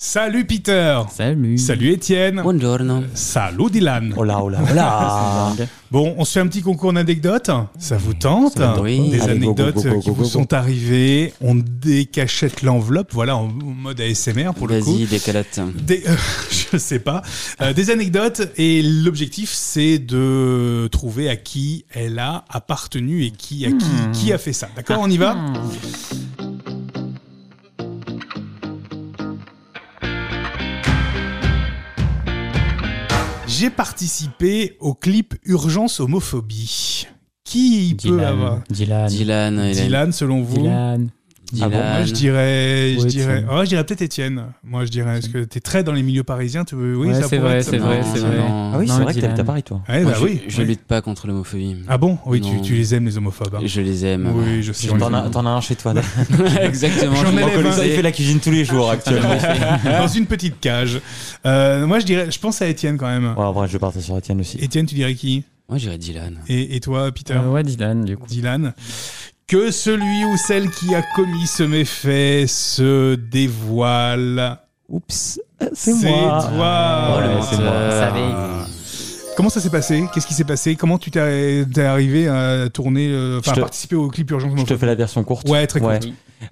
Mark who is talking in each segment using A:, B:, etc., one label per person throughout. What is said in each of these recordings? A: Salut Peter
B: Salut.
A: Salut Étienne
C: Buongiorno.
A: Salut Dylan
C: Hola, hola, hola.
A: Bon, on se fait un petit concours d'anecdotes Ça vous tente
C: Ça me oui.
A: Des
C: Allez, go,
A: anecdotes
C: go, go, go,
A: qui
C: go,
A: vous
C: go.
A: sont arrivées. On décachette l'enveloppe, voilà, en en mode ASMR pour le coup.
C: Vas-y, décalote.
A: Des, euh, je sais pas. Euh, des anecdotes et l'objectif c'est de trouver à qui elle a appartenu et qui à
B: Hmm.
A: qui qui a fait ça. D'accord, on y va. J'ai participé au clip Urgence homophobie. Qui peut avoir
B: Dylan. Dylan.
C: Dylan, Hélène.
A: Dylan selon vous
B: Dylan.
A: Ah bon, moi je dirais, je
B: Ou
A: dirais,
B: Étienne.
A: oh, je dirais peut-être Étienne. Moi je dirais, parce que t'es très dans les milieux parisiens, tu veux, oui,
B: Ouais,
A: ça
B: c'est
A: pourrait
B: vrai,
A: être ça.
B: c'est vrai,
C: Non,
B: c'est
C: non,
B: vrai.
C: non.
D: Ah oui,
B: Non,
D: c'est vrai que
B: Dylan.
D: t'habites à Paris, toi.
A: Ouais,
C: Moi,
A: bah
C: je,
A: oui.
C: je
A: oui.
C: lutte pas contre l'homophobie.
A: Ah bon Oui, tu,
C: Non.
A: tu les aimes les homophobes. hein.
C: Je les aime.
A: Oui, je sais. on les
D: T'en as
A: aime.
D: t'en as un chez toi. d'accord.
C: Exactement.
A: J'en
C: je
A: ai
C: m'en
A: les
C: connais.
D: Il fait la cuisine tous les jours actuellement.
A: Dans une petite cage. Euh, moi je dirais, je pense à Étienne quand même.
D: Ouais, Ah, en vrai, je vais partir sur Étienne aussi.
A: Étienne, tu dirais qui
C: Moi, j'irais Dylan.
A: et, et toi, Peter
B: Euh, ouais, Dylan, du coup.
A: Dylan que celui ou celle qui a commis ce méfait se dévoile.
D: Oups,
A: C'est toi.
C: Oh, le
D: Ouais, c'est moi.
C: menteur.
A: Comment ça s'est passé Qu'est-ce qui s'est passé Comment tu t'es t'es arrivé à tourner, euh, enfin
D: Je
A: à
D: te-
A: participer au clip Urgence
D: Je te
A: Homophobe
D: fais la version courte.
A: Ouais, très cool.
D: Ouais.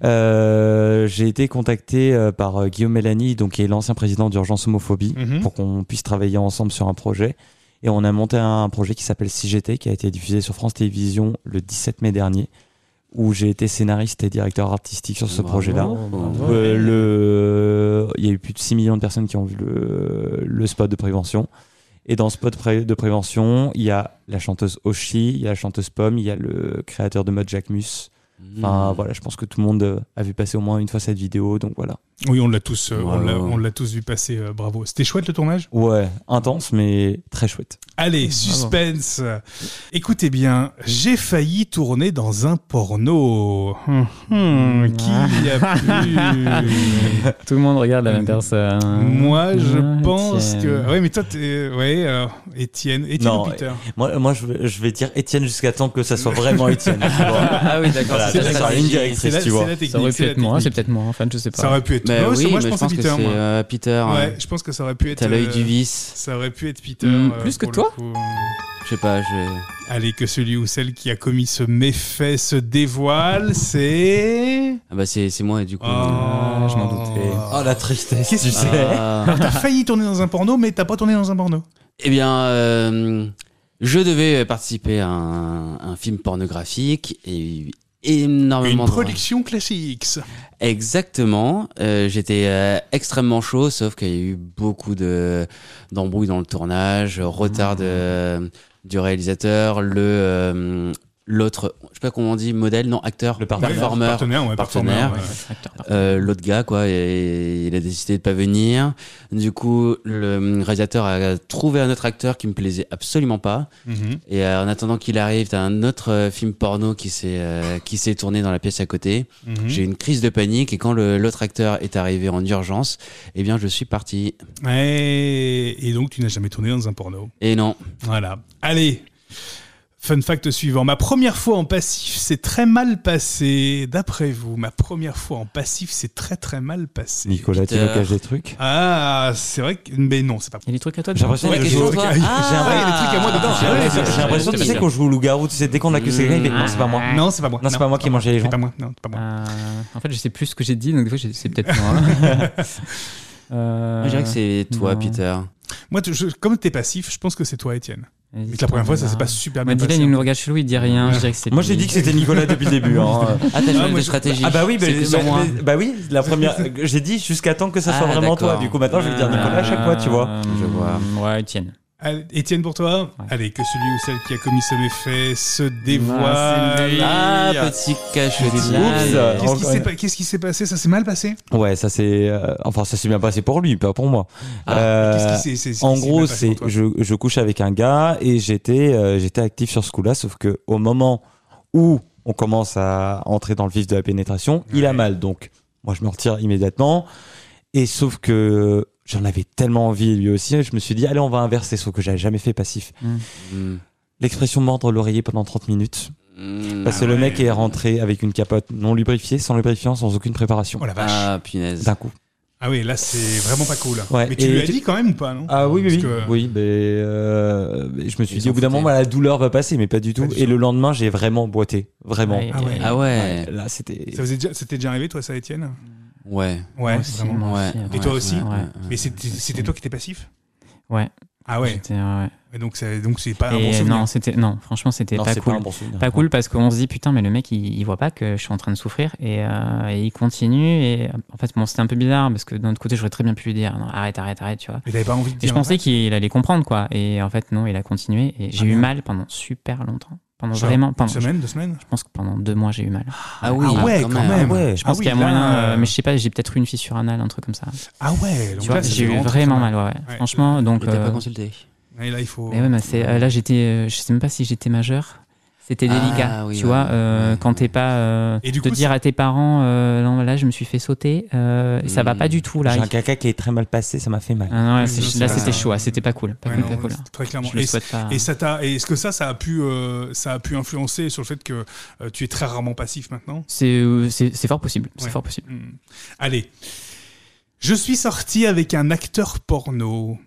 D: Euh, J'ai été contacté euh, par euh, Guillaume Mélanie, donc, qui est l'ancien président d'Urgence Homophobie,
A: Mhm.
D: pour qu'on puisse travailler ensemble sur un projet. Et on a monté un projet qui s'appelle CGT, qui a été diffusé sur France Télévisions le 17 mai dernier, où j'ai été scénariste et directeur artistique sur ce
C: Bravo.
D: projet-là.
C: Bravo.
D: Euh, le... Il y a eu plus de 6 millions de personnes qui ont vu le, le spot de prévention. Et dans ce spot pré- de prévention, il y a la chanteuse Oshi, il y a la chanteuse Pomme, il y a le créateur de mode Jacques Mus.
C: Hmm.
D: Enfin voilà, je pense que tout le monde euh, a vu passer au moins une fois cette vidéo, donc voilà.
A: Oui, on l'a tous, euh, on
C: Bravo.
A: l'a- on l'a tous vu passer. euh, bravo. C'était chouette le tournage.
D: Ouais, intense mais très chouette.
A: Allez, suspense. Écoutez bien, j'ai failli tourner dans un porno.
D: Hmm,
A: Hum, hum, qui y a
D: ah.
A: pu
B: Tout le monde regarde la même personne.
A: Mmh. Moi, je
B: Ah,
A: pense
B: Étienne.
A: que. Oh, Ouais, mais toi, t'es. Ouais, euh, Étienne. Étienne
D: Non,
A: ou Peter.
D: Moi, moi je, vais- je vais dire Étienne jusqu'à temps que ça soit vraiment Étienne. tu vois.
C: Ah oui, d'accord.
D: Voilà,
A: c'est
D: ça
A: la
D: sera la ligne
C: stratégie.
A: C'est
D: directrice,
A: la,
D: tu
A: c'est
D: vois.
A: la technique.
B: Ça aurait
A: c'est
B: pu
A: la
B: être moi, c'est
A: technique.
B: peut-être moi, enfin, je sais pas.
A: Ça aurait pu être.
C: Bah
A: Non, c'est-
C: oui,
A: moi,
C: mais
A: je pense à
C: que
A: Peter.
C: c'est
A: moi.
C: euh, Peter.
A: Ouais, je pense que ça aurait pu être.
C: T'as l'œil
A: euh,
C: du vice.
A: Ça aurait pu être Peter.
B: Mm,
A: euh,
B: plus que
A: pour le
B: toi
A: coup.
C: Je sais pas, je.
A: Allez, que celui ou celle qui a commis ce méfait se dévoile, c'est.
C: Ah bah, c'est c'est moi, du coup.
B: Ah, je m'en doutais.
D: Oh la tristesse, tu sais.
C: Ah.
A: T'as failli tourner dans un porno, mais t'as pas tourné dans un porno.
C: Eh bien, euh, je devais participer à un, un film pornographique et énormément
A: Une
C: de-
A: production classique.
C: Exactement. Euh, J'étais euh, extrêmement chaud, sauf qu'il y a eu beaucoup de d'embrouilles dans le tournage, retard de, du réalisateur, le euh, l'autre, je sais pas comment on dit, modèle, non, acteur,
D: Le partenaire.
C: performeur.
A: Partenaire, ouais,
C: Partenaire.
A: performeur, ouais.
C: Euh, l'autre gars quoi et il a décidé de pas venir du coup le réalisateur a trouvé un autre acteur qui me plaisait absolument pas
A: Mhm.
C: et euh, en attendant qu'il arrive t'as un autre euh, film porno qui s'est euh, qui s'est tourné dans la pièce à côté
A: Mhm.
C: j'ai eu une crise de panique et quand le- l'autre acteur est arrivé en urgence eh bien je suis parti
A: Ouais, Et donc, tu n'as jamais tourné dans un porno.
C: et non
A: Voilà. Allez. Fun fact suivant. Ma première fois en passif s'est très mal passée. D'après vous, ma première fois en passif s'est très très mal passée.
D: Nicolas, tu nous
C: Peter.
D: caches des trucs.
A: Ah, c'est vrai que. Mais non, c'est pas.
B: Il y a des trucs à toi.
D: J'ai l'impression
A: Ouais,
D: que
A: qu'est-ce
D: je joue-
A: que toi
D: j'ai
A: Ah,
D: un-
A: il y a des trucs à moi dedans.
D: j'ai
A: Ah ouais,
D: l'impression- j'ai l'impression, tu sais, qu'on joue au loup-garou, tu sais, dès qu'on accuse quelqu'un, il est non, c'est pas moi.
A: Non, c'est pas moi.
D: Non, c'est pas moi qui ai mangé les
A: C'est
D: gens.
A: pas moi. Non, c'est pas moi.
B: Euh, en fait, je sais plus ce que j'ai dit, donc des fois, j'ai- c'est peut-être moi.
A: Ah.
B: euh,
C: moi je dirais que c'est toi
B: non.
C: Peter
A: Moi, tu- je- comme t'es passif, je pense que c'est toi, Étienne.
B: vas-y,
A: Mais que la première fois, ça s'est
B: Dylan.
A: pas super
B: Moi,
A: bien
B: Dylan,
A: passé.
B: il nous regarde chelou, il dit rien. Je dirais que c'est
D: Moi, j'ai dit que c'était Nicolas depuis le début. hein.
C: ah
A: Ah,
C: t'as changé
A: moi,
C: de
A: je-
C: stratégie
D: Ah bah oui, bah,
C: C'est plus
D: bah,
C: sur moi.
D: mais- bah oui, la première. J'ai dit jusqu'à temps que ça soit
C: Ah,
D: vraiment toi.
C: d'accord.
D: Du coup, maintenant, je vais dire Nicolas à chaque fois, tu vois.
C: Je vois.
B: Euh, Ouais, Étienne.
A: Allez, Étienne, pour toi
B: Ouais.
A: Allez, que celui ou celle qui a commis ce méfait se
B: Ah, c'est
A: dévoile.
B: lui.
C: ah petit
D: Oups.
C: cachotier
A: Qu'est-ce qui
D: Encore-
A: s'est pas- Qu'est-ce qui s'est passé Ça s'est mal passé
D: Ouais, ça c'est. euh, enfin, ça s'est bien passé pour lui, pas pour moi.
C: Ah,
D: Euh,
A: Qu'est-ce qui s'est-
D: en
A: qu'est-ce qui s'est
D: gros,
A: mal passé
D: c'est
A: pour toi
D: je, je couche avec un gars et j'étais euh, j'étais actif sur ce coup-là, sauf que au moment où on commence à entrer dans le vif de la pénétration, il a mal. Donc moi je me retire immédiatement et sauf que j'en avais tellement envie et lui aussi, je me suis dit allez on va inverser, sauf que j'avais jamais fait passif. L'expression mordre l'oreiller pendant 30 minutes parce que le
A: Ah ouais.
D: mec est rentré avec une capote non lubrifiée, sans lubrifiant, sans aucune préparation.
A: Oh la vache.
C: ah punaise
D: D'un coup.
A: Ah oui, là, c'est vraiment pas cool.
D: Ouais,
A: Mais tu
D: et
A: lui as
D: tu-
A: dit quand même ou pas, non
D: Ah oui,
A: Parce
D: oui, oui.
A: que-
D: Oui, mais, euh, je me suis
C: Ils
D: dit, au
C: s'en
D: bout d'un
C: foutaient.
D: moment, la douleur va passer, mais pas du tout.
A: du
D: et
A: tout.
D: le lendemain, j'ai vraiment boité. Vraiment.
B: Ouais,
A: Ah ouais.
C: Ah ouais.
D: Ouais, Là, c'était.
A: Ça faisait déjà- C'était déjà arrivé, toi, ça, Étienne
C: Ouais.
A: Ouais,
B: aussi,
A: vraiment.
B: moi
C: Ouais.
B: aussi,
A: Et toi
B: ouais,
A: aussi
B: ouais, ouais.
A: Mais c'était c'était toi qui étais passif
B: Ouais.
A: Ah ouais.
B: J'étais- ouais,
A: Et Donc, c'est- donc c'est pas un
B: ouais.
A: bon
B: Et
A: souvenir.
B: non, c'était non, franchement, c'était
D: Non,
B: pas
D: c'est
B: cool.
D: un bon souvenir.
B: Pas cool parce qu'on se dit putain mais le mec il, il voit pas que je suis en train de souffrir et, euh, et il continue et euh, en fait bon c'était un peu bizarre parce que d'un autre côté j'aurais très bien pu lui dire non, arrête arrête arrête tu vois
A: Mais t'avais pas envie de
B: et
A: dire.
B: je pensais qu'il allait comprendre quoi et en fait non il a continué et j'ai
A: Ah
B: eu
A: merde.
B: mal pendant super longtemps pendant
A: Genre,
B: vraiment
A: Une
B: pendant je
A: semaine, deux semaines
B: pense que pendant deux mois j'ai eu mal
C: Ah oui,
A: Ah ouais,
C: quand
A: quand
C: même.
A: même.
D: ouais,
B: je pense
A: Ah oui,
B: qu'il y a moyen
A: là,
B: euh, mais je sais pas j'ai peut-être eu une fissure anale un truc comme ça
A: Ah ouais, donc
B: tu vois
A: là, ça
B: j'ai
A: fait
B: eu
A: très,
B: vraiment
A: très
B: mal ouais, ouais.
A: Ouais.
B: franchement
C: Il
B: donc
C: était pas
B: euh,
C: consulté.
A: Et là, il faut.
B: Mais ouais, mais c'est- euh, là, j'étais, euh, je sais même pas si j'étais majeur. C'était
C: Ah,
B: délicat,
C: oui,
B: tu
C: ouais,
B: vois,
C: ouais,
B: euh,
C: ouais,
B: quand
C: ouais.
B: t'es pas euh,
A: Et du
B: te
A: coup,
B: dire à tes parents, euh, non, là, je me suis fait sauter, euh, ça va
C: Hmm.
B: pas du tout là.
D: J'ai un
B: Il-
D: caca qui est très mal passé, ça m'a fait mal.
B: Ah non, là,
A: Oui,
B: c'est-
A: non, c'est
B: là,
A: pas-
B: c'était chaud, ouais, c'était pas cool, pas
A: Ouais,
B: cool,
A: non,
B: pas cool. hein.
A: Très clairement.
B: Je le
A: Et-
B: souhaite pas.
A: Et ça t'a, et est-ce que ça, ça a pu, euh, ça a pu influencer sur le fait que euh, tu es très rarement passif maintenant
B: C'est euh, c'est- c'est fort possible, c'est
A: Ouais.
B: fort possible.
A: Hmm. Allez, je suis sorti avec un acteur porno.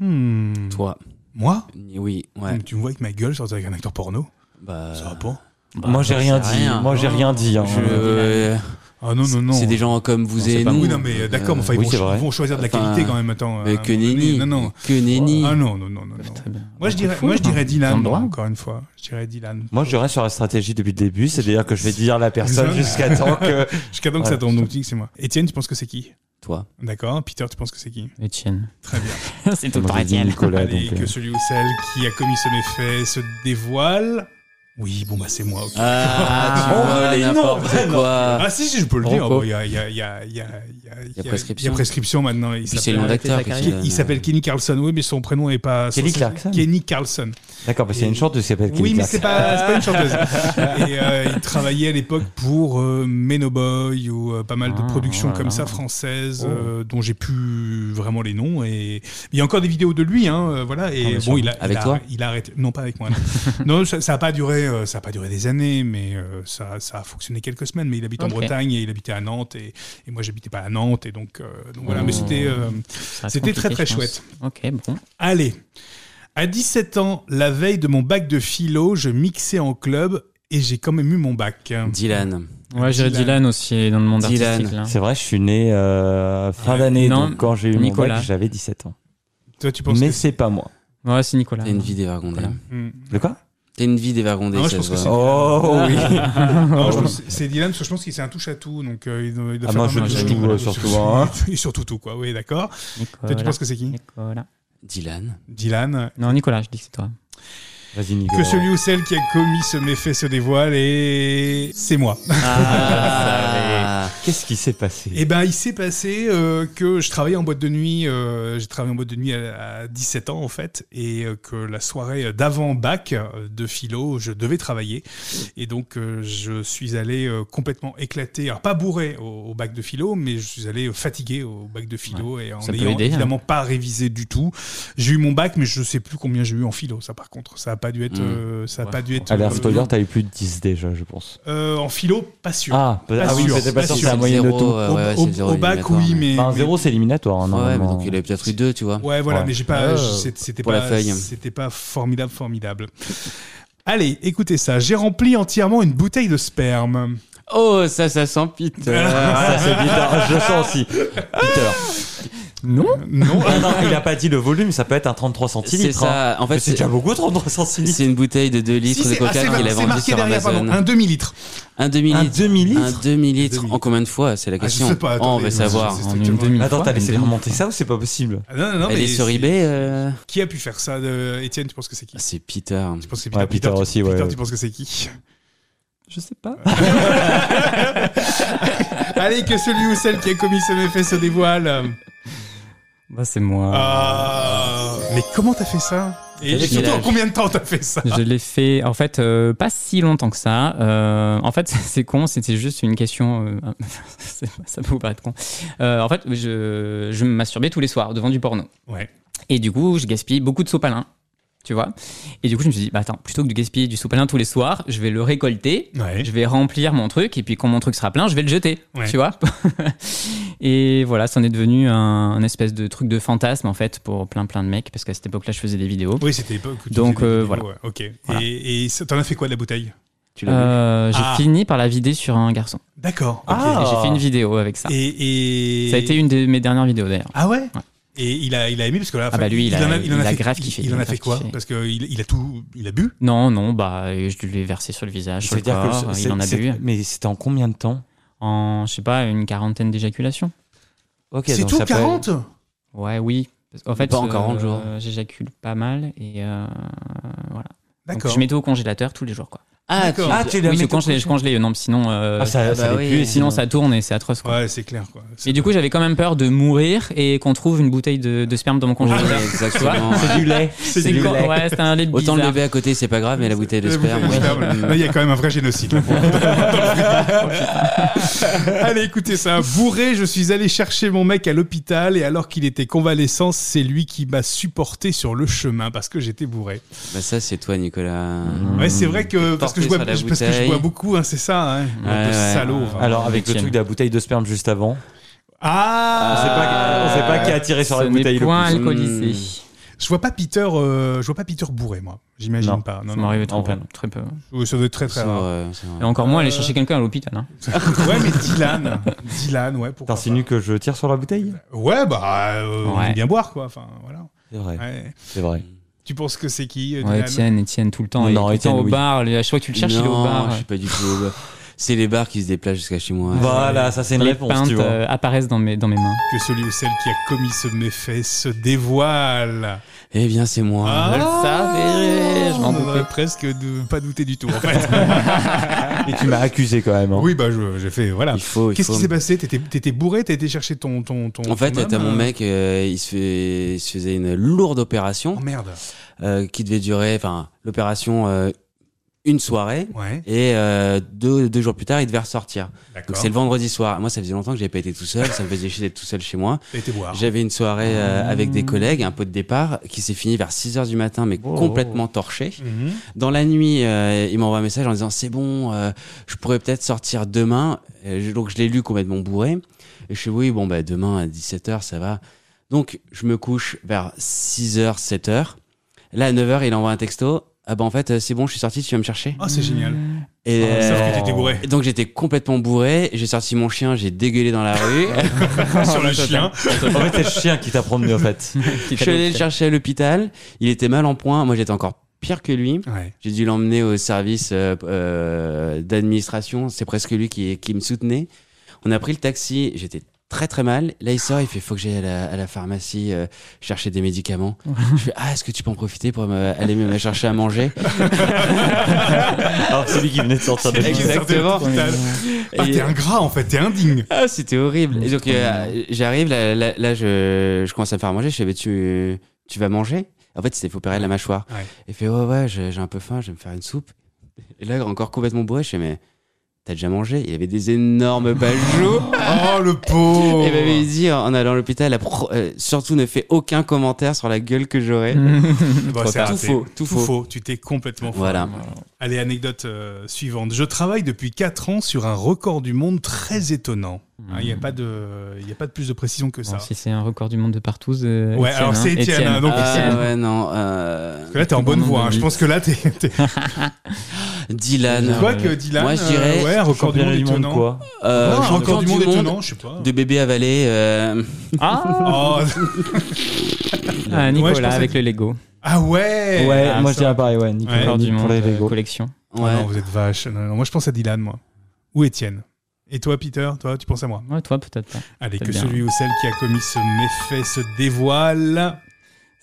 A: Mhm.
C: Toi.
A: Moi
C: Oui, ouais.
A: Donc, Tu me vois avec ma gueule sorti avec un acteur porno
C: Bah,
A: Mm. Ça va pas
D: Moi, j'ai rien dit.
C: rien.
D: Moi, j'ai rien dit. hein.
C: je- euh,
A: Ah non non non.
C: C'est des gens comme vous
B: Non, c'est
C: et
B: pas
C: nous.
A: Oui non mais euh, d'accord, mais enfin ils
D: oui,
A: vont,
D: c'est
A: cho-
D: vrai.
A: ils vont choisir de la
C: Enfin,
A: qualité quand même. Attends.
C: Mais
A: à un
C: que
A: moment donné.
C: nenni.
A: Non non.
C: Que nenni.
A: Ah non non non non. non.
B: Très bien.
A: Moi je
B: Bah,
A: dirais,
B: fou,
A: moi je
B: hein.
A: dirais
B: Dans
A: Dylan.
B: le droit.
A: Encore une fois, je dirais Dylan.
D: Moi, je reste sur la stratégie depuis le début, c'est-à-dire que je vais dire la personne jusqu'à temps que.
A: Jusqu'à temps que ça
D: Voilà.
A: tombe donc tu dis que c'est moi. Étienne, tu penses que c'est qui
C: Toi.
A: D'accord. Peter, tu penses que c'est qui
B: Etienne.
A: Très bien.
B: c'est tout le
D: Moi,
B: temps
D: j'ai dit
B: Etienne.
D: Nicolas,
A: Allez,
D: donc, euh,
A: que celui ou celle qui a commis ce méfait se dévoile. Oui, bon bah c'est moi. ok.
C: Ah, tu
D: Oh,
C: vois
D: mais non,
C: n'importe
D: non.
C: quoi.
A: Ah si, si, je peux le dire.
D: Rocco.
A: Bon, Il y a, il y a- il y a- il y a- il y a- il y a- il
C: prescription.
A: y a prescription maintenant. Il
C: Puis c'est le
A: s'appelle-
C: nom d'acteur.
B: Arrêtez sa
C: qu'est-ce que-
A: il s'appelle Kenny Carlson, oui, mais son prénom n'est pas.
D: Kelly
A: son-
D: Clarkson.
A: Kenny Carlson.
D: D'accord, parce qu'il y a une chanteuse qui s'appelle Kelly
A: Oui, mais
D: Clarkson.
A: c'est pas, c'est pas une chanteuse. Et euh, il travaillait à l'époque pour euh, Meno Boy ou euh, pas mal de
B: Ah,
A: productions
B: voilà.
A: comme ça françaises
D: Oh.
A: euh, dont j'ai plus vraiment les noms. Et il y a encore des vidéos de lui, hein, euh, voilà.
B: Ah,
A: Et
B: bien
A: bon,
B: sûr.
A: il a, il
C: Avec
A: a-
C: toi
A: il a arrêté. Non, pas avec moi. Non, Non, ça n'a pas duré. euh, ça a pas duré des années, mais euh, ça, ça a fonctionné quelques semaines. Mais il habite
B: Ok.
A: en Bretagne et il habitait à Nantes et, et moi j'habitais pas à Nantes et donc, euh, donc voilà. Mais
B: Oh.
A: c'était euh,
B: Ça va être
A: c'était
B: compliqué,
A: très très
B: je pense.
A: chouette.
B: Ok, bon.
A: Allez, à 17 ans, la veille de mon bac de philo, je mixais en club et j'ai quand même eu mon bac.
C: Dylan.
B: Ouais, j'irais
A: Dylan.
B: Dylan aussi dans le monde
C: Dylan.
B: artistique là.
D: C'est vrai, je suis né euh, fin d'année,
B: Non,
D: donc quand j'ai eu mon
B: Nicolas.
D: bac, j'avais 17 ans.
A: Toi, tu penses
D: Mais
A: que
D: c'est pas moi.
B: Ouais, c'est Nicolas.
C: T'as une vie dévergondée.
B: Voilà.
A: Hmm.
D: Le quoi
C: T'as une vie dévergondée.
A: Ah, moi, je
C: ça
A: pense
C: se
A: que
C: voit.
A: c'est-
D: Oh oui
A: Non, je pense que c'est Dylan, parce que je pense qu'il c'est un touche à tout, donc euh, il doit, il doit
D: Ah,
A: faire
D: moi,
A: pas
D: je
A: mal de
B: touche
A: choses.
B: tout,
D: euh, surtout, hein.
A: Et surtout tout, quoi. Oui, d'accord. Toi,
B: Nicolas.
A: tu penses que c'est qui
B: Nicolas.
C: Dylan.
A: Dylan.
B: Non, Nicolas, je dis que c'est toi.
D: Vas-y, Nicolas.
A: Que celui ou celle qui a commis ce méfait se dévoile et c'est moi.
C: Ah,
D: Qu'est-ce qui s'est passé
A: Eh ben, il s'est passé euh, que je travaillais en boîte de nuit. euh, j'ai travaillé en boîte de nuit à, à 17 ans en fait, et euh, que la soirée d'avant bac euh, de philo, je devais travailler, et donc euh, je suis allé euh, complètement éclaté, alors pas bourré au, au bac de philo, mais je suis allé euh, fatigué au bac de philo et en
B: Ça peut
A: n'ayant
B: aider, hein.
A: évidemment pas révisé du tout. J'ai eu mon bac, mais je sais plus combien j'ai eu en philo. Ça, par contre, ça a pas dû être,
C: Mm.
A: euh, ça a
B: Ouais.
A: pas dû être.
D: Alerte
A: euh,
D: spoiler, t'as eu plus de 10 déjà, je pense.
A: euh, en philo, pas sûr.
D: Ah,
A: Pas
D: ah oui,
A: sûr,
D: c'était pas
A: pas
D: sûr,
A: sûr.
D: c'est la
A: C'est
D: moyenne de
C: zéro,
D: tout.
C: euh,
A: au,
C: ouais, ouais,
A: au-
C: c'est zéro
A: au bac,
C: éliminatoire,
A: oui,
C: mais-
A: mais,
D: Enfin,
A: mais-
D: zéro, c'est éliminatoire, hein,
C: Ouais, mais
D: normalement.
C: donc il a peut-être eu deux, tu vois.
A: Ouais, voilà,
D: Ouais.
A: mais j'ai pas,
D: Ouais.
A: je- c'est- c'était
C: Ah, Pour la
A: pas,
C: feuille.
A: c'était pas formidable, formidable. Allez, écoutez ça. J'ai rempli entièrement une bouteille de sperme.
C: Oh, ça, ça sent pite.
D: Ah, ça, c'est Peter, je le sens aussi. Peter.
B: Non
A: Euh, Non.
D: Ah non, il a pas dit le volume, ça peut être un 33
C: C'est
D: centilitres.
C: ça.
D: hein.
C: En fait,
D: Mais c'est
C: c'est
D: déjà beaucoup 33 centilitres.
C: c'est une bouteille de
A: Si,
C: 2 litres de
A: c'est ah, c'est
C: coca
A: mar-
C: qu'il a
A: c'est
C: vendue
A: marqué
C: sur
A: derrière, pardon,
C: Amazon.
A: un demi-litre. Ah,
C: Un demi-litre.
D: Un demi-litre
C: Un demi-litre.
A: Un
C: En combien de fois C'est la
A: Ah, je
C: question.
A: sais pas,
C: Oh, on
A: attendez,
C: va
A: je-
C: savoir.
A: je-
B: En
A: c'est
B: une
A: tellement-
B: demi
D: Attends, t'as laissé
B: demi-
D: remonter ça ou c'est pas possible
A: Ah, Non, non, non,
C: Elle
A: mais
C: est sur
A: c'est-
C: eBay. euh, Ah,
A: Qui a pu faire ça de Étienne, tu penses que c'est qui
C: C'est Peter.
A: Tu penses que c'est
D: Ouais, Peter
A: tu-
D: aussi, ouais,
A: Peter,
D: ouais.
A: tu penses que c'est qui
B: Je sais pas.
A: Allez, que celui ou celle qui a commis ce méfait se dévoile.
B: Bah, c'est moi.
A: Ah, mais comment t'as fait ça Et
C: Quel est
A: surtout,
C: quel
A: en
C: âge
A: combien de temps t'as fait ça
B: Je l'ai fait, en fait, euh, pas si longtemps que ça. Euh, en fait, c'est con, c'était juste une question. euh, c'est- ça peut vous paraître con. Euh, en fait, je, je me masturbais tous les soirs devant du porno.
A: Ouais.
B: Et du coup, je gaspille beaucoup de sopalin. tu vois. Et du coup, je me suis dit, bah attends, plutôt que de gaspiller du sopalin tous les soirs, je vais le récolter,
A: Ouais.
B: je vais remplir mon truc, et puis quand mon truc sera plein, je vais le jeter,
A: Ouais.
B: tu vois. et voilà, ça en est devenu un, un espèce de truc de fantasme, en fait, pour plein plein de mecs, parce qu'à cette époque-là, je faisais des vidéos.
A: Oui, c'était l'époque où tu
B: Donc,
A: faisais des
B: euh,
A: vidéos,
B: voilà.
A: ouais, Ok.
B: Voilà.
A: Et, et ça- t'en as fait quoi de la bouteille
C: Tu l'as vu
B: Euh, j'ai
A: Ah.
B: fini par la vider sur un garçon.
A: D'accord.
D: Ah.
B: Et J'ai fait une vidéo avec ça.
A: Et, et-
B: Ça a été une de mes dernières vidéos d'ailleurs.
A: Ah ouais. Et il a, il a aimé parce que là, enfin,
B: bah lui, il a-
A: en en
B: il a
A: fait-
B: grave kiffé,
A: Il,
B: il
A: en
B: a
A: a fait quoi
B: grave kiffé.
A: Parce que il, il a tout, il a bu.
B: Non, non, bah euh, je lui ai versé sur le visage, sur le
D: C'est-à-dire
B: corps,
D: que
B: euh,
D: c'est-
B: il en a
D: c'est-
B: bu
D: Mais c'était en combien de temps
B: en, je sais pas, une quarantaine d'éjaculations.
C: Euh,
D: Ok,
A: c'est
D: donc
A: tout
D: ça peut-
A: 40
B: Ouais, oui. Parce- En fait, euh,
C: Pas en 40 jours.
B: J'éjacule pas mal et euh, voilà. Donc,
A: D'accord.
B: je mettais au congélateur tous les jours quoi.
C: Ah,
A: d'accord.
D: Ah, tu l'as
B: oui,
D: mis
B: je
D: au
B: congelais, je congelais. Non, mais sinon, euh,
D: Ah, ça,
C: Ah,
D: ça
C: bah
D: les
C: oui.
D: pue, et
B: sinon ça tourne et c'est atroce quoi.
A: Ouais, c'est clair quoi.
B: Et du coup, j'avais quand même peur de mourir et qu'on trouve une bouteille de, de sperme dans mon
C: Ouais,
B: congélateur.
C: exactement. ouais.
D: c'est du lait.
A: c'est
B: C'est
A: du
B: quand-
D: lait.
B: ouais, c'était un lait
C: Autant le
B: bizarre.
C: bébé à côté, c'est pas grave, mais la bouteille de
A: La bouteille de
C: sperme. oui.
A: sperme. Là, il y a quand même un vrai génocide. là. Allez, écoutez ça. Bourré, je suis allé chercher mon mec à l'hôpital et alors qu'il était convalescent, c'est lui qui m'a supporté sur le chemin parce que j'étais bourré.
C: Bah, ça, c'est toi, Nicolas.
A: Ouais, c'est vrai que parce que, je bois,
C: Mmh. porté sur la
A: parce que je bois
C: bouteille.
A: beaucoup, hein, c'est ça. Hein. un peu
C: Ouais, ouais.
A: salaud. vraiment.
D: Alors, avec le
B: Huitième.
D: truc de la bouteille de sperme juste avant, on
A: Ah
D: sait pas, on sait pas qui a tiré sur
B: Ce
D: la
B: n'est
D: bouteille le
B: point
D: plus.
B: alcoolisé.
C: Mmh.
A: Je vois pas Peter, euh, je vois pas Peter bourré, moi. J'imagine
D: Non.
A: pas. Non,
B: Ça
A: non.
B: m'arrivait trop,
D: en vrai.
B: peu- très peu.
A: Oui, Ça doit être très très
C: C'est
A: rare.
C: vrai, c'est vrai.
B: Et encore moins aller
A: Ah Euh,
B: chercher quelqu'un à l'hôpital. hein.
A: ouais, mais Dylan, Dylan, ouais. Pourquoi
D: T'insinues que je tire sur la bouteille
A: pas. Ouais, bah, euh, on
B: Ouais.
A: aime bien boire, quoi. Enfin, voilà.
D: C'est vrai,
A: Ouais.
D: c'est vrai.
A: Tu penses que c'est qui, euh,
B: Ouais,
A: Dylan
B: Etienne, Etienne, tout le temps.
D: Non,
B: il est tout le
D: Étienne,
B: temps au
D: oui.
B: bar. lui, À chaque fois que tu le cherches, il est au
C: Non,
B: bar.
C: Je suis pas du tout au bar. C'est les bars qui se déplacent jusqu'à chez moi.
D: Voilà, ça c'est une
B: Les
D: réponse,
B: pintes
D: tu vois.
B: euh, apparaissent dans mes, dans mes mains.
A: Que celui ou celle qui a commis ce méfait se dévoile.
C: Eh bien, c'est moi.
A: Ah.
B: je le savais, je m'en
A: On
B: doutais.
A: aurait presque de pas douter du tout, en fait.
D: Et tu m'as accusé quand même. hein.
A: oui, bah, je- j'ai fait, voilà.
C: Il faut. il
A: Qu'est-ce
C: faut.
A: qui s'est passé T'étais- T'étais bourré, t'as été chercher ton. ton, ton
C: En fait,
A: ton homme,
C: t'as mon
A: euh,
C: mec, euh, il, se fait- il se faisait une lourde
A: Oh
C: opération
A: merde.
C: euh, qui devait durer, enfin, l'opération euh, une soirée.
A: Ouais,
C: Et euh, deux, deux jours plus tard, il devait ressortir. Donc
A: d'accord.
C: c'est le vendredi soir. Moi, ça faisait longtemps que j'avais pas été tout seul. Ça me faisait chier d'être tout seul chez moi.
A: T'as été boire.
C: J'avais une soirée euh, avec des collègues, un pot de départ, qui s'est fini vers 6 heures du matin, mais
B: Wow.
C: complètement torché.
A: Mhm.
C: Dans la nuit, euh, il m'envoie un message en disant c'est bon, euh, je pourrais peut-être sortir demain. Euh, je- donc je l'ai lu complètement bourré. Et je suis oui, bon, bah, demain à 17h, ça va. Donc je me couche vers 6h, 7h. Là, à 9h, il envoie un texto. Ah bah en fait, euh, c'est bon, je suis sorti, tu viens me chercher.
A: Oh, c'est génial.
B: Mmh.
C: Et,
A: Sauf
C: euh,
A: que t'étais bourré.
C: donc j'étais complètement bourré, j'ai sorti mon chien, j'ai dégueulé dans la rue. Ah,
A: sur le chien.
D: En fait, c'est le chien qui t'a promené en fait.
C: je suis allé le chercher à l'hôpital, il était mal en point, moi j'étais encore pire que lui.
A: Ouais.
C: J'ai dû l'emmener au service euh, euh, d'administration. C'est presque lui qui, qui me soutenait. On a pris le taxi. J'étais très très mal. Là, il sort. Il fait faut que j'aille à la, à la pharmacie euh, chercher des médicaments. je fais ah, est-ce que tu peux en profiter pour me- aller me chercher à manger
D: Alors, c'est lui qui venait de sortir de
C: Exact. Exactement.
A: Ah,
C: Et-
A: t'es ingrat en fait, t'es indigne.
C: Ah, c'était horrible. Et donc, euh, j'arrive, là, là, là, je, je commence à me faire manger. Je fais, mais tu, tu vas manger En fait, il s'est fait opérer de la mâchoire.
A: Ouais.
C: Il fait, ouais, ouais, j'ai j'ai un peu faim, je vais me faire une soupe. Et là, encore complètement bourré, je fais, mais t'as déjà mangé Il avait des énormes bajoux.
A: Oh le pauvre.
C: Et bah, il m'avait dit, en allant à l'hôpital, la pro- euh, surtout ne fais aucun commentaire sur la gueule que j'aurai.
B: Mmh.
A: Bah,
C: Trop
A: c'est
C: tard.
A: raté.
C: Tout faux, tout faux.
A: Tu t'es complètement faux.
C: Voilà.
A: Allez, anecdote euh, suivante. Je travaille depuis 4 ans sur un record du monde très étonnant. Hein, Il n'y a pas de, il y a pas de plus de précision que ça.
B: si c'est un record du monde de partout. euh,
A: Ouais, alors c'est
B: hein,
A: Étienne, hein, donc-
C: Ah
A: Étienne.
C: ouais, non. euh,
A: Parce que là, t'es en
B: Tout
A: bonne
B: le monde
A: voie. hein.
B: me
A: Je
B: dit.
A: pense que là, t'es. t'es-
C: Dylan.
A: Tu vois que Dylan.
C: Ah, Moi, je
A: euh,
C: dirais,
A: ouais, un record du monde
D: Championnat
A: étonnant.
D: quoi
C: Euh,
A: Non, un
C: champion
A: record du monde étonnant, je sais pas.
C: De bébé avalé. euh,
B: Ah,
A: Oh,
B: Ah,
A: Ouais,
B: Nicolas
A: je pensais
B: avec
A: que-
B: le Lego.
A: Ah ouais.
D: Ouais,
A: Ah,
D: moi je
A: ça-
D: dirais pareil, ouais, Nicolas,
A: Ouais.
B: Record du
D: pour
B: monde
D: les
B: euh,
D: Lego.
B: collection.
A: Oh
C: ouais.
A: non, vous êtes vache. Non, non, moi, je pense à Dylan, moi. Ou Étienne. Et toi, Peter, toi, tu penses à moi
B: Ouais, toi peut-être pas.
A: Allez,
B: C'est
A: que
B: bien.
A: celui ou celle qui a commis ce méfait se dévoile.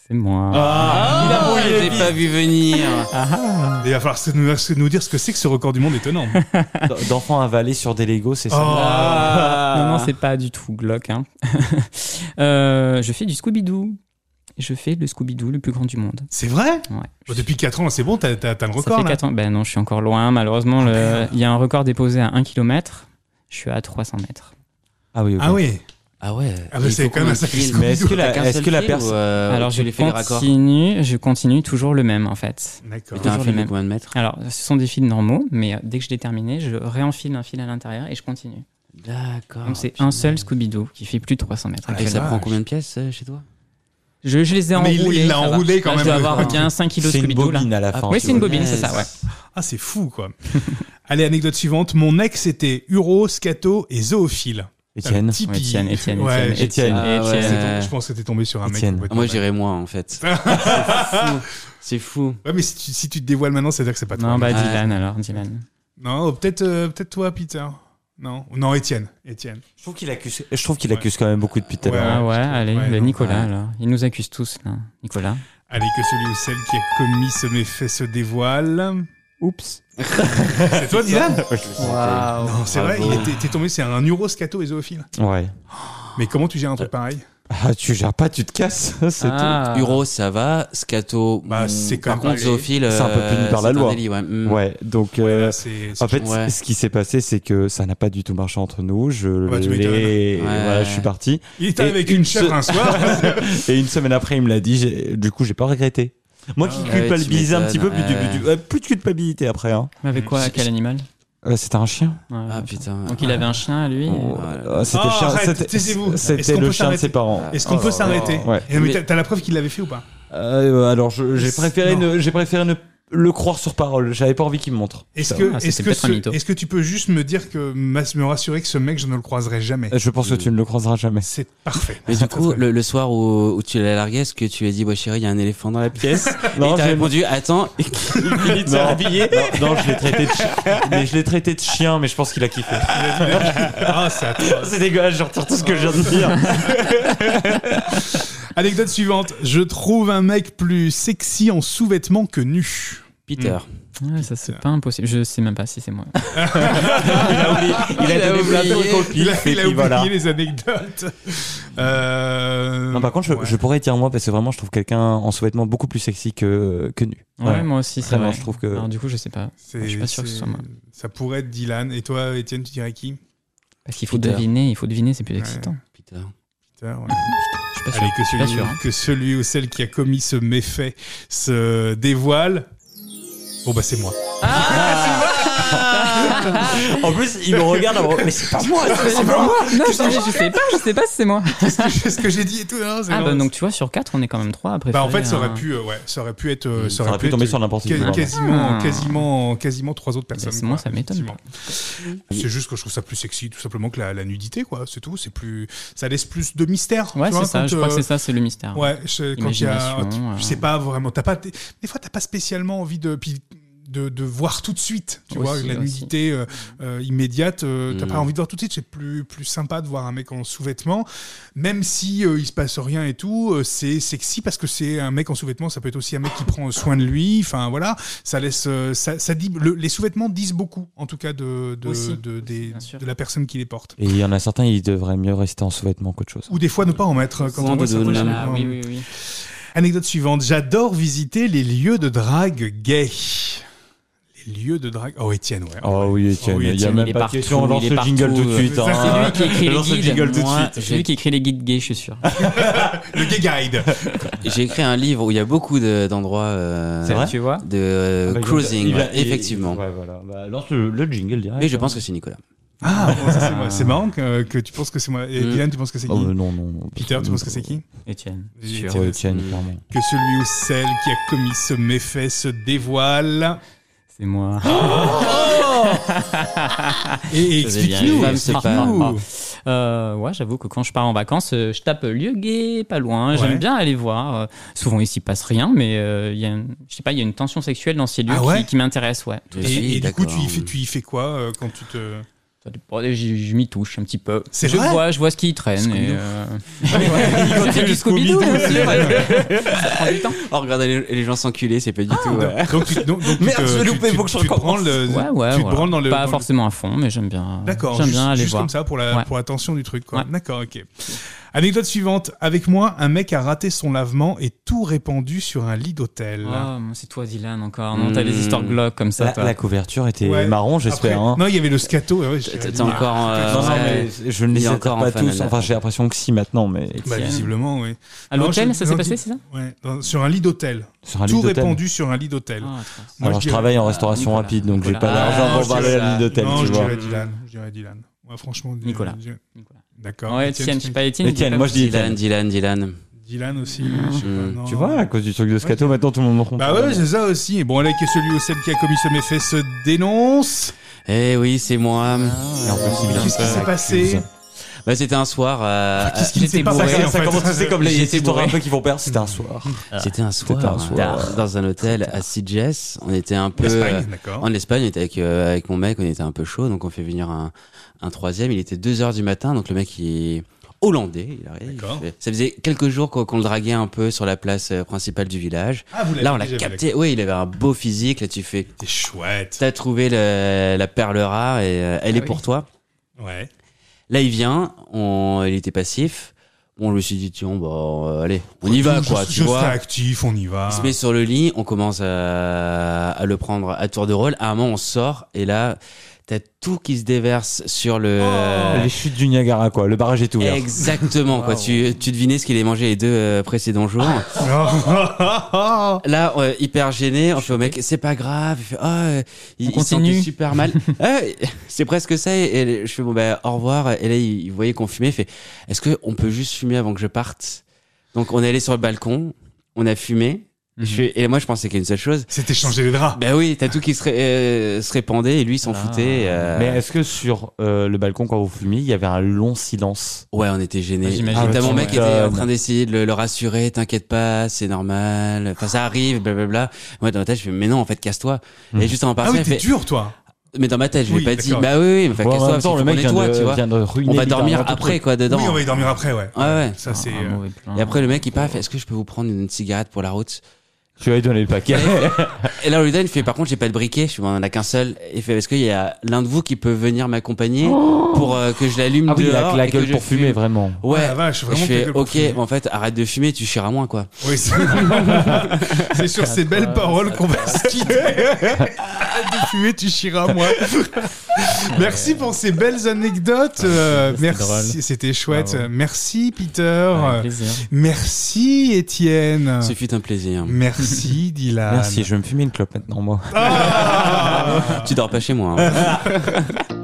B: C'est moi.
D: Ah,
C: il a Je l'ai pas vu venir.
A: Et il va falloir se- nous, se- nous dire ce que c'est que ce record du monde étonnant.
D: D- D'enfants avalés sur des Lego, c'est
A: Oh.
D: ça.
C: Ah.
B: Non, non, c'est pas du tout Glock. hein. Euh, je fais du Scooby-Doo. Je fais le Scooby-Doo le plus grand du monde.
A: c'est vrai
B: Ouais.
A: Bon, Oh, Depuis 4 ans, c'est bon, t'as t'as- t'as le
B: Ça
A: record
B: fait
A: là. Ah,
B: 4 ans. Ben non, je suis encore loin. Malheureusement, le- il y a un record déposé à 1 km. Je suis à 300 mètres.
D: Ah oui, ok.
A: Ah oui
C: Ah ouais.
A: Ah bah,
C: Il
A: c'est
C: faut
A: quand même
C: combien
A: un
C: de
A: sacré
C: films
A: Scooby-Doo.
D: Mais est-ce que la-
C: T'as qu'un
D: est-ce
C: seul
D: que la
C: film
D: personne-
C: ou, euh,
B: Alors,
C: tu
B: je
C: les fais les raccords.
B: continue, je continue toujours le même, en fait.
A: D'accord.
C: T'as
B: toujours
C: un
B: les
C: film de
B: mêmes.
C: combien de mètres
B: Alors, ce sont des fils normaux, mais euh, dès que je l'ai terminé, je réenfile un fil à l'intérieur et je continue.
C: D'accord.
B: Donc, c'est un seul Scooby-Doo qui fait plus de 300 mètres.
A: Ah,
C: Et ça
A: Vache.
C: prend combien de pièces euh, chez toi
B: Je, je les ai
A: Mais il-
B: enroulés.
A: il l'a
B: ça va.
A: enroulé quand
B: Là,
A: même,
B: Je dois
A: le-
B: avoir bien 5 kilos de
D: C'est une
B: Scooby-Doo là.
D: bobine à
C: Ah,
D: la fin.
B: oui,
D: tu
B: c'est une
D: vois.
B: bobine, c'est ça, ouais.
A: Ah, c'est fou, quoi. Allez, anecdote suivante. Mon ex était uro, scato et zoophile.
D: Étienne.
A: Tipeee.
B: Ouais, Étienne, Étienne,
A: Ouais,
B: Étienne,
A: j'ai-
D: Étienne.
B: Étienne,
C: Ah ouais.
B: Étienne.
A: c'est tombé- Je pense que t'es tombé sur un mec.
D: Étienne.
C: Ah,
A: complètement
C: Moi,
A: dingue.
C: j'irais moi, en fait. C'est fou. C'est fou.
A: Ouais, mais si tu, si tu te dévoiles maintenant, c'est-à-dire que c'est pas toi.
B: Non, bah
C: Ouais.
B: Dylan alors, Dylan.
A: Non, peut-être euh, peut-être toi, Peter. Non, non, Étienne. Étienne.
D: Je trouve qu'il accuse, je trouve qu'il accuse quand même beaucoup depuis tout à
A: Ouais.
D: l'heure.
B: Ah ouais,
A: putain,
B: allez,
A: ouais,
B: bah,
A: non,
B: Nicolas
C: ouais.
B: alors. Il nous accuse tous là, Nicolas.
A: Allez, que celui ou celle qui a commis ce méfait se dévoile.
B: Oups.
A: C'est toi, Dylan
C: Waouh.
B: Ah.
A: Non, c'est vrai,
C: Bravo.
A: il était- t'es tombé, c'est un uro, scato et zoophile.
D: Ouais.
A: Mais comment tu gères un truc pareil
D: Ah, tu gères pas, tu te casses. C'est
B: Ah.
C: Uro, ça va. Scato.
A: Bah,
C: mm,
A: c'est quand
C: Par
A: même
C: contre,
A: pas-
C: zoophile.
D: C'est un peu
C: euh,
D: puni par la
C: c'est un
D: loi.
C: délit, ouais. Mm.
D: tout. Ouais. Donc,
A: Ouais,
D: euh,
A: là, c'est- c'est-
D: en fait,
C: Ouais.
D: ce qui s'est passé, c'est que ça n'a pas du tout marché entre nous. Je
A: Ouais, tu
D: l'ai-
C: m'étonnes. Ouais.
D: voilà, je suis parti.
A: Il était avec
D: et
A: une
D: une
A: chèvre
D: se-
A: un soir.
D: Et une semaine après, il me l'a dit. j'ai- Du coup, j'ai pas regretté. Moi
A: Ah
D: qui
A: ouais,
C: tu
D: culpabilisais un petit peu, plus,
C: m'étonnes,
D: de-
C: ouais.
D: du- ouais, plus de culpabilité après. Hein.
B: Mais avec quoi
C: C'est-
B: Quel animal
D: Euh, C'était un chien.
B: Ouais,
C: Ah
B: ouais.
C: putain.
B: Donc il avait un chien à lui.
D: Oh,
C: voilà.
D: euh, C'était
A: Ah,
D: le chien-
A: arrête,
D: c'était-
A: taisez-vous. Est-ce
D: C'était
A: qu'on peut
D: le chien de
A: s'arrêter
D: ses parents.
A: Est-ce qu'on
C: Oh
A: peut
C: là
A: s'arrêter
C: là.
D: Ouais.
A: Et non, mais
C: Mais-
A: t'as- T'as la preuve qu'il l'avait fait ou pas
D: Euh, alors, je- j'ai préféré,
A: Non.
D: ne- j'ai préféré ne le croire sur parole. J'avais pas envie qu'il me montre.
A: Est-ce
D: Ça.
A: que,
B: Ah,
A: est-ce,
B: c'était
A: que
B: peut-être un
A: ce-
B: mytho.
A: est-ce que tu peux juste me dire que mas- me rassurer que ce mec je ne le croiserai jamais
D: Je pense que tu ne le croiseras jamais.
A: C'est parfait.
C: Mais
A: C'est
C: du
A: très,
C: coup,
A: très bien.
C: le, le soir où, où tu l'as largué, est-ce que tu lui as dit, bah chérie, il y a un éléphant dans la pièce
D: Non,
C: Et t'as
D: j'ai-
C: répondu, attends, il finit de se
D: Non.
C: rhabiller.
D: Non, non, je l'ai traité de chien. Mais je l'ai traité de chien, mais je pense qu'il a kiffé.
A: ah, c'est atroce.
D: C'est dégueulasse, je retire tout ce que je viens de dire.
A: Anecdote suivante. Je trouve un mec plus sexy en sous-vêtements que nu.
C: Peter.
B: Ouais, ça c'est pas impossible. Je sais même pas si c'est moi.
D: Il a oublié. Il
C: Il a
D: a donné plein
C: oublié.
D: de trucs au pif,
A: Il a, il
D: et
A: a
D: puis
A: oublié
D: voilà.
A: les anecdotes. Euh,
D: Non, par contre, je,
A: ouais.
D: je pourrais dire moi, parce que vraiment, je trouve quelqu'un en sous-vêtements beaucoup plus sexy que, que nu.
B: Ouais,
D: Ouais.
B: moi aussi c'est
D: Vraiment,
B: vrai.
D: je trouve que-
B: Alors du coup je sais pas.
A: C'est-
B: Je suis pas sûr que ce
A: c'est-
B: soit moi.
A: Ça pourrait être Dylan. Et toi, Étienne, tu dirais qui
B: Parce qu'il faut
C: Peter.
B: deviner, il faut deviner, c'est plus
A: Ouais.
B: excitant.
C: Peter.
A: Putain, ouais.
B: Je suis pas sûr.
A: Allez, que
B: Je suis pas
A: celui,
B: sûr. hein.
A: que celui ou celle qui a commis ce méfait se dévoile. Bon, bah, c'est moi. Ah,
D: En plus, il me regarde avant. Mais c'est pas moi,
B: C'est pas moi Non, je je sais pas, je sais pas si c'est moi.
A: ce que j'ai dit et tout. non, c'est
B: Ah
A: non,
B: bah donc tu vois sur 4 on est quand même 3 après.
A: Bah en fait, ça aurait pu, euh, ouais, ça aurait pu être, euh,
C: Mm,
A: ça
D: Hmm, Ça aurait pu tomber
A: être,
D: sur n'importe qui.
A: ca- quasiment,
B: Ah.
A: quasiment, quasiment trois autres personnes.
B: Bah, c'est moi,
A: quoi,
B: ça m'étonne
A: effectivement. C'est juste que je trouve ça plus sexy, tout simplement que la, la nudité, quoi. C'est tout. C'est plus, ça laisse plus de mystère.
B: Ouais
A: tu vois,
B: c'est ça,
A: quand,
B: je crois
A: euh,
B: que c'est ça, c'est le mystère.
A: Ouais, je- quand il y a,
B: Imagination,
A: tu-
B: euh.
A: je sais pas vraiment. T'as pas, t'es- des fois, t'as pas spécialement envie de, puis de, de voir tout de suite. Tu vois,
B: Aussi,
A: la
B: aussi.
A: nudité euh, euh, immédiate, euh, t'as
C: Mm.
A: pas envie de voir tout de suite. C'est plus, plus sympa de voir un mec en sous-vêtements, même si euh, il se passe rien et tout. euh, c'est sexy parce que c'est un mec en sous-vêtements. Ça peut être aussi un mec qui prend soin de lui. Enfin voilà, ça laisse, euh, ça, ça dit, le- les sous-vêtements disent beaucoup, en tout cas de, de,
B: Aussi,
A: de,
B: aussi,
A: des-
B: bien sûr.
A: de la personne qui les porte.
D: Et il y en a certains, ils devraient mieux rester en sous-vêtements qu'autre chose.
A: Ou des fois ne pas en mettre euh, quand
C: Sans
A: on voit ça.
C: dodo,
A: Ouais,
C: là.
B: Ah, oui oui oui.
A: Anecdote suivante, j'adore visiter les lieux de drague gay. Les lieux de drague. Oh, Étienne, ouais.
D: Oh oui, Étienne,
A: Oh oui,
D: il y a
A: Étienne,
D: même
C: il est
D: pas de
C: partout,
D: question. On
C: il
D: lance
C: est
D: le jingle
C: partout,
D: tout de
C: euh,
D: suite.
A: ça,
B: Ah, C'est
D: hein.
B: lui qui écrit
D: Je
B: les
D: lance le
B: guides.
D: jingle tout de
B: Moi,
D: suite.
B: C'est lui qui écrit les guides gays, je suis sûr.
A: Le gay guide.
C: J'ai écrit un livre où il y a beaucoup de- d'endroits euh,
D: C'est vrai
B: Tu vois
C: de euh,
D: Avec-
C: cruising,
D: il a-
C: ouais,
D: il-
C: effectivement.
D: Ouais, voilà. Bah, lance le, le jingle direct.
C: Mais je pense que c'est Nicolas.
A: Ah, bon, ça, c'est moi. C'est marrant que, que tu penses que c'est moi. Et
C: Mm.
A: Dylan, tu penses que c'est qui
D: Oh, euh, non, non, non.
A: Peter, tu penses que c'est qui
B: Étienne.
A: Étienne.
B: Sûr.
D: Ouais, Étienne,
C: Mm.
D: clairement.
A: Que celui ou celle qui a commis ce méfait se dévoile.
B: C'est moi.
A: Ah. Et
C: Ça devient
A: explique-nous.
C: une femme, c'est pas-
A: explique-nous.
B: Euh, ouais, j'avoue que quand je pars en vacances, euh, je tape lieu gay, pas loin.
A: Ouais.
B: J'aime bien aller voir. Euh, souvent, il s'y passe rien, mais euh, il y a, une- je sais pas, il y a une tension sexuelle dans ces lieux
A: Ah
B: qui-
A: ouais
B: qui, m'intéresse, ouais.
C: Je
A: Et,
C: suis
A: et du coup, tu
C: d'accord.
A: y fais, tu y fais quoi euh, quand tu te.
B: Bon, Je, je m'y touche un petit peu.
A: C'est
B: je
A: vrai
B: vois, je vois ce qui traîne. Et, euh...
D: continue
B: C'est du
D: le
B: Scooby-Doo,
D: Scooby-Doo.
B: bien sûr. Ça prend du temps.
C: Oh, regarde les, les gens s'enculer, c'est
D: Ah,
C: pas du tout.
D: bah,
C: euh, ouais.
A: Donc, tu, donc, donc, tu
D: Merde,
A: te-
D: je l'ai
A: tu-
D: loupé,
A: tu-
D: faut que je
A: tu te
D: recommence.
A: branles, euh,
B: Ouais, ouais.
A: tu te
B: voilà.
A: branles dans le.
B: Pas
A: dans le-
B: forcément à fond, mais j'aime bien.
A: D'accord,
B: J'aime
A: juste,
B: bien aller
A: juste
B: voir.
A: comme ça pour la
B: Ouais.
A: pour l'attention du truc quoi.
B: Ouais.
A: D'accord, OK. Anecdote suivante. Avec moi, un mec a raté son lavement et tout répandu sur un lit d'hôtel.
B: Oh, mais c'est toi, Dylan, encore. Non, t'as
C: Hmm.
B: des histoires glauques comme ça,
D: La,
B: toi.
D: la couverture était
A: Ouais.
D: marron,
A: Après-
D: j'espère. hein.
A: Non, il y avait le scato. ouais, je- Bah,
C: T'es encore. euh,
D: Non, non,
C: ouais.
D: mais je ne
C: Il y
D: les
C: a
D: encore
C: encore
D: pas
C: un fan
D: tous.
C: à la
D: Enfin,
C: fin.
D: j'ai l'impression que si maintenant, mais
A: Bah, visiblement, oui.
B: À
A: Non,
B: l'hôtel,
A: je-
B: ça s'est
A: non,
B: passé,
A: je-
B: c'est ça
A: Ouais, dans- sur un lit d'hôtel.
D: sur un
A: Tout
D: lit d'hôtel.
A: répandu sur un lit d'hôtel.
B: Ah, attends.
A: Moi,
D: Alors,
A: je
D: je
A: dirais-
D: travaille en restauration
B: Nicolas.
D: rapide, donc j'ai pas
B: Nicolas.
D: d'argent
A: Ah,
D: pour
A: je
D: parler à
C: dirais
D: la ligne
C: ça.
D: d'hôtel,
A: non,
D: tu
A: je
D: vois.
A: dirais Dylan. Je dirais Dylan. Ouais, franchement, Dylan,
B: Nicolas.
A: Dylan.
B: Nicolas.
A: D'accord.
B: Ouais,
A: Étienne,
B: Étienne, je sais pas Étienne.
D: Étienne,
B: dis pas-
D: moi je dis
C: Dylan,
D: Étienne.
C: Dylan, Dylan.
A: Dylan aussi.
B: Euh,
A: je sais pas,
C: Mm.
A: non.
D: Tu vois, à cause du truc de scato, maintenant tout le monde me comprend.
A: Bah ouais, c'est ça aussi. Et Bon, allez, que celui ou celle qui a commis ce méfait se dénonce.
C: Eh oui, c'est
D: Ah,
C: moi.
D: Et en plus, il vient
A: Qu'est-ce qui
D: de
A: s'est
D: faire
A: passé
D: accuse.
C: Bah, c'était un soir. euh,
A: Qu'est-ce qui ne
B: j'étais
A: s'est pas
B: bourré.
A: passé
D: Ça,
A: en
D: ça
A: fait
D: commence, tu sais, comme les
B: J'étais
D: histoires un
B: bourré.
D: peu qui font peur. C'était un soir.
C: euh, C'était un soir.
D: C'était un soir.
C: tard, Dans un hôtel à Sitges. On était un peu. euh,
A: Espagne, d'accord.
C: En Espagne, on était avec, euh, avec mon mec, on était un peu chaud, donc on fait venir un, un troisième. Il était 2h du matin, donc le mec il est hollandais. Il arrive,
A: D'accord.
C: il fait- Ça faisait quelques jours qu'on qu'on le draguait un peu sur la place euh, principale du village.
A: Ah, vous l'avez
C: Là, on l'a
A: déjà vu,
C: capté. Oui, il avait un beau physique. Là, tu fais.
A: d'accord. T'es chouette.
C: T'as trouvé le- la perle rare et euh, elle
B: Ah
C: est
B: oui.
C: pour toi.
A: Ouais.
C: Là, il vient, on, il était passif. Bon, je me suis dit, tiens, bon, euh, allez, on y va,
A: Je-
C: quoi,
A: je,
C: tu vois.
A: serai actif, on y
B: Ah.
A: va.
C: Il se met sur le lit, on commence à, à le prendre à tour de rôle. À un moment, on sort et là, t'as tout qui se déverse sur le.
B: Oh.
D: Les chutes du Niagara, quoi. Le barrage est ouvert.
C: Exactement, quoi. Tu, tu devinais ce qu'il avait mangé les deux euh, précédents jours.
B: Ah.
A: Oh.
C: Là, euh, hyper gêné, on fait au mec, c'est pas grave. Il fait, ah, euh, il,
B: On
C: il se
B: continue.
C: sentait super mal. Ah, c'est presque ça. Et, et je fais, bon, bah, au revoir. Et là, il, il voyait qu'on fumait. Il fait, est-ce qu'on peut juste fumer avant que je parte Donc, on est allé sur le balcon, on a fumé.
B: Mhm.
C: Je fais- et moi, je pensais qu'il y a une seule chose.
A: C'était changer les draps.
C: Ben oui, t'as tout qui se, ré- euh, se répandait et lui il s'en
B: Ah.
C: foutait. euh,
D: Mais est-ce que sur euh, le balcon, quand vous fumiez, il y avait un long silence
C: Ouais, on était
B: Ah,
C: gênés.
B: j'imagine.
C: Et t'as
D: Ah,
C: mon
D: tu
C: mec qui était en
D: m'étonnes.
C: train d'essayer de le, le rassurer, t'inquiète pas, c'est normal, enfin ça arrive, blablabla. Moi dans ma tête je fais mais non en fait casse-toi.
D: Mhm.
C: Et juste en
A: Ah
C: partant,
A: oui,
C: elle
A: t'es
C: Bah, fait,
A: dur, toi.
C: mais dans ma tête je lui ai
A: Oui,
C: pas dit
A: d'accord.
C: bah oui, oui, mais enfin
D: Bon, en
C: casse-toi,
D: même
C: parce
D: temps,
C: qu'il faut
D: le mec
C: qu'on
D: vient,
C: nettoie,
D: de,
C: tu vois.
D: vient de ruiner.
C: On va
D: littéralement
C: dormir
D: tout le
C: après
D: truc.
C: quoi dedans.
A: Oui, on va y dormir après, ouais.
C: Ouais Ah, ouais.
A: Ça, c'est.
B: Un
A: euh,
B: Ah, mauvais plan.
C: Et après le mec il
D: Mmh.
C: part, il fait, est-ce que je peux vous prendre une cigarette pour la route
D: Tu vas lui donner le paquet.
C: Et là on lui donne, il fait par contre j'ai pas de briquet, je suis on en a qu'un seul. Il fait est-ce qu'il y a l'un de vous qui peut venir m'accompagner pour euh, que je l'allume
D: Oh Ah oui,
C: dehors
D: la, la
C: et que
D: gueule
C: je
D: pour
C: fume
D: fumer, vraiment.
A: Ouais,
C: Ouais,
A: ah, la vache, vraiment.
C: je
A: t'es
C: fais,
A: gueule pour
C: ok,
A: fumer.
C: mais en fait, arrête de fumer, tu chieras moins, quoi.
A: Oui, c'est c'est sur
C: Ah,
A: ces belles paroles qu'on va se quitter. Arrête de fumer, tu chieras, moi. Merci pour ces belles
C: Ah,
A: anecdotes. euh,
B: C'était
A: merci,
B: drôle.
A: c'était chouette.
B: Bravo.
A: Merci, Peter.
B: Avec plaisir.
A: merci, Étienne.
C: Ce fut un plaisir.
A: Merci, Dylan.
D: Merci, je vais me fumer une clope maintenant, moi.
A: Ah
C: Tu dors pas chez moi. hein.